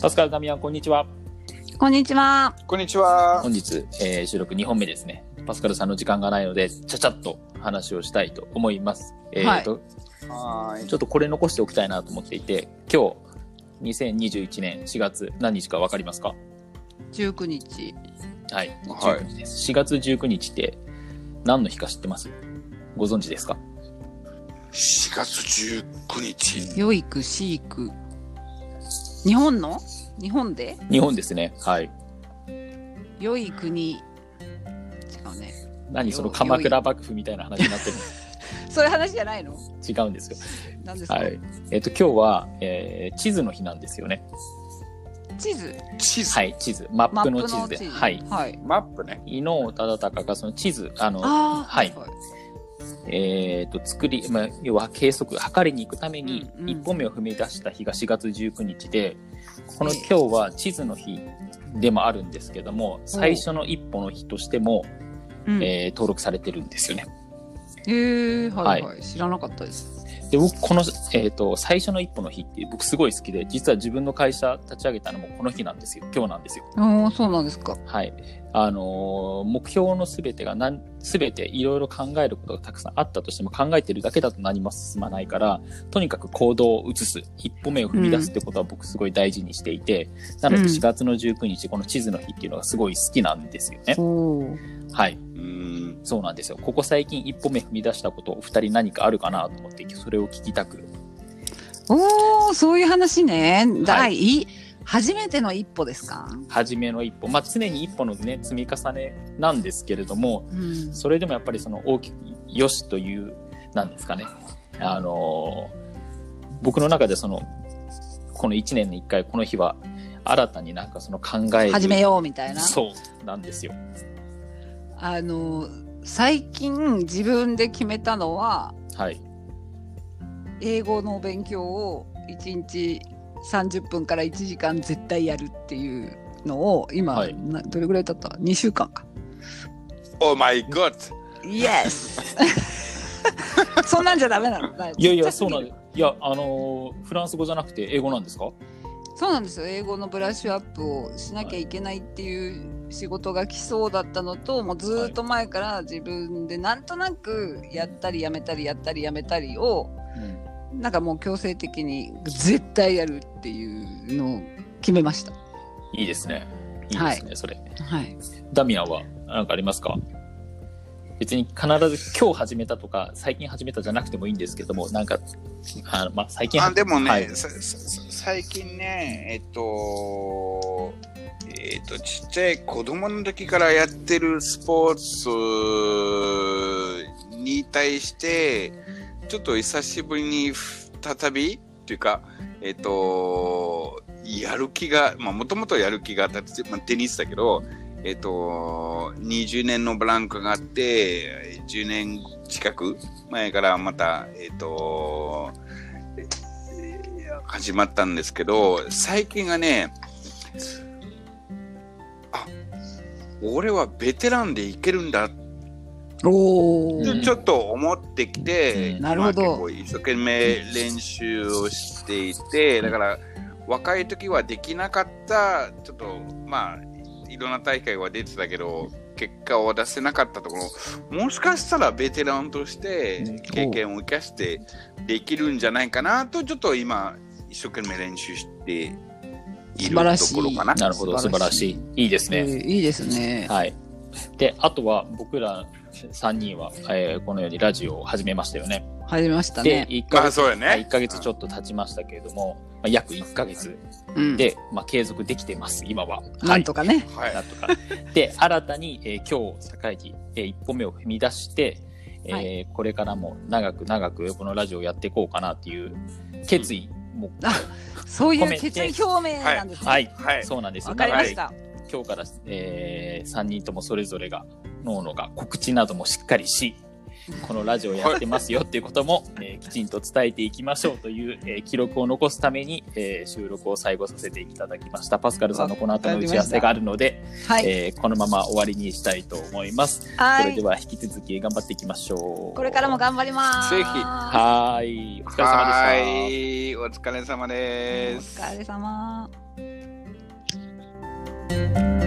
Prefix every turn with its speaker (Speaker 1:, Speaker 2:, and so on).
Speaker 1: パスカルダミアンこんにちは
Speaker 2: こんにちは。
Speaker 3: こんにちは
Speaker 1: 本。日、えー収録2本目ですねパスカルさんの時間がないのでちゃちゃっと話をしたいと思いますえっ、と、
Speaker 3: はーい
Speaker 1: ちょっとこれ残しておきたいなと思っていて今日2021年4月何日かわかりますか
Speaker 2: 19日。
Speaker 1: はい、
Speaker 3: はい
Speaker 1: 19日です4月19日って何の日か知ってますご存知ですか
Speaker 3: 4月19日。
Speaker 2: 養育、飼育。日本の日本で
Speaker 1: 日本ですねはい
Speaker 2: 良い国。違うね。
Speaker 1: 何その鎌倉幕府みたいな話になってる
Speaker 2: そういう話じゃないの
Speaker 1: の違うんですよ
Speaker 2: 何ですか、
Speaker 1: はいえっ、と今日は、えー地図の日なんですよね
Speaker 2: 地図。
Speaker 3: 地図。
Speaker 1: はい地図マッ
Speaker 2: マッ
Speaker 1: プ
Speaker 2: プ
Speaker 1: の
Speaker 2: の
Speaker 1: 地
Speaker 2: 地
Speaker 1: 図
Speaker 2: 図
Speaker 1: で
Speaker 2: で。
Speaker 1: はい
Speaker 2: はい。
Speaker 3: マップね。
Speaker 1: 伊能忠敬がその地図あの
Speaker 2: ああ、
Speaker 1: はいえー、と作り、まあ、要は計測測りに行くために
Speaker 2: うんうん
Speaker 1: 一歩目を踏み出した日が4月19日で、この
Speaker 2: ええ
Speaker 1: 今日は地図の日でもあるんですけども最初の一歩の日としても、
Speaker 2: うんえ
Speaker 1: えー登録されてるんですよね。
Speaker 2: ー、はい、はい、知らなかったです。
Speaker 1: で僕この、えー、と最初の一歩の日って僕すごい好きで実は自分の会社立ち上げたのもこの日なんですよ今日なんですよ。
Speaker 2: おお、そうなんですか。
Speaker 1: はいあのー目標のすべてがなんすべていろいろ考えることがたくさんあったとしても考えてるだけだと何も進まないからとにかく行動を移す一歩目を踏み出すってことは僕すごい大事にしていて、なので
Speaker 2: うん
Speaker 1: 4月の19日この地図の日っていうのがすごい好きなんですよね
Speaker 2: お。お。
Speaker 1: はい
Speaker 3: うん。
Speaker 1: そうなんですよここ最近一歩目踏み出したことお二人何かあるかなと思ってそれを聞きたく
Speaker 2: おお、そういう話ね。第一、初めての一歩ですか。
Speaker 1: 初めの一歩、まあ、常に一歩の、ね、積み重ねなんですけれども
Speaker 2: うん。
Speaker 1: それでもやっぱりその大きく「よし」というなんですかねあのー僕の中でそのこの1年に1回この日は新たになんかその考える
Speaker 2: 始めようみたいな。
Speaker 1: そうなんですよ
Speaker 2: あの最近自分で決めたのは
Speaker 1: はい
Speaker 2: 英語の勉強を1日30分から1時間絶対やるっていうのを今、
Speaker 1: はい
Speaker 2: などれぐらい経った2週間か。
Speaker 3: Oh my god!
Speaker 2: イエス そんなんじゃダメなのだ
Speaker 1: いやいや
Speaker 2: ちっちゃ
Speaker 1: そう
Speaker 2: す
Speaker 1: な
Speaker 2: ぎる
Speaker 1: んでいやあのーフランス語じゃなくて英語なんですか
Speaker 2: そうなんですよ英語のブラッシュアップをしなきゃいけないっていう仕事が来そうだったのともうずーっと前から自分でなんとなくやったりやめたりやったりやめたりをなんかもう強制的に絶対やるっていうのを決めました。
Speaker 1: いいですねいいですね、それ
Speaker 2: はい。
Speaker 1: ダミアンは何かありますか別に必ず今日始めたとか最近始めたじゃなくてもいいんですけどもなんかあの、まあ、最近
Speaker 3: あ、でもね、
Speaker 1: はい
Speaker 3: さささ最近ね、えっと、えっと、ちっちゃい子供の時からやってるスポーツに対して、ちょっと久しぶりに再びっていうか、えっと、やる気が、まあ、もともとやる気があった、まあ、テニスだけど、えっと、20年のブランクがあって、10年近く前からまた、えっと、始まったんですけど、最近がね、あ、俺はベテランでいけるんだって
Speaker 2: おお、
Speaker 1: うん
Speaker 3: ちょっと思ってきて、
Speaker 1: うん
Speaker 3: 今
Speaker 2: なるほど
Speaker 3: 結構一生懸命練習をしていて、だから若い時はできなかった、ちょっとまあ、いろんな大会は出てたけど、結果を出せなかったところ、もしかしたらベテランとして経験を生かしてできるんじゃないかなと、ちょっと今、一生懸命練習している
Speaker 2: 素晴らしい
Speaker 3: ところかな。
Speaker 1: なるほど素
Speaker 2: 素
Speaker 1: 晴
Speaker 2: 晴
Speaker 1: ら
Speaker 2: ら
Speaker 1: し
Speaker 2: しい
Speaker 1: いいいですね、
Speaker 2: えーいいですね。
Speaker 1: はいであとは僕ら3人は、えーこのようにラジオを始めましたよね
Speaker 2: 始めました
Speaker 1: で
Speaker 2: ね。
Speaker 1: 1
Speaker 3: ま
Speaker 1: ヶ
Speaker 3: あ、
Speaker 1: 月
Speaker 3: そうや
Speaker 1: はい
Speaker 3: ね
Speaker 1: 1。ヶ月ちょっと経ちましたけれども、まあ、約1ヶ月
Speaker 2: うん、
Speaker 1: で、まあ、継続できてます今は
Speaker 2: なんとかね。
Speaker 3: はい
Speaker 1: なんとか。で、新たに、えー今日、境に、えー一歩目を踏み出して、えー
Speaker 2: は
Speaker 1: これからも長く長くこのラジオをやっていこうかなっていう決意も、
Speaker 2: あ、そう
Speaker 1: 込
Speaker 2: いう
Speaker 1: めて
Speaker 2: 決意表明なんですね。
Speaker 1: はい、
Speaker 3: はい。
Speaker 1: そうなんです
Speaker 2: わ
Speaker 1: よ。
Speaker 2: かりまし
Speaker 1: だか
Speaker 2: た。
Speaker 1: ら今日から、え3人ともそれぞれが、脳のが告知などもしっかりし、このラジオやってますよっていうこと も、えーきちんと伝えていきましょうという、えー記録を残すために、えー収録を最後させていただきました。パスカルさんのこの後の打ち合わせがあるので、
Speaker 2: はい。
Speaker 1: えーこのまま終わりにしたいと思います。
Speaker 2: は
Speaker 1: それで
Speaker 2: い。
Speaker 1: は引き続き頑張っていきましょう。
Speaker 2: これからも頑張ります。
Speaker 3: ぜひ
Speaker 2: は
Speaker 1: はーい。お疲れ様でした。
Speaker 3: はい、お疲れ様
Speaker 2: い。お
Speaker 3: です。
Speaker 2: 疲れ
Speaker 1: お
Speaker 2: 様。
Speaker 1: した。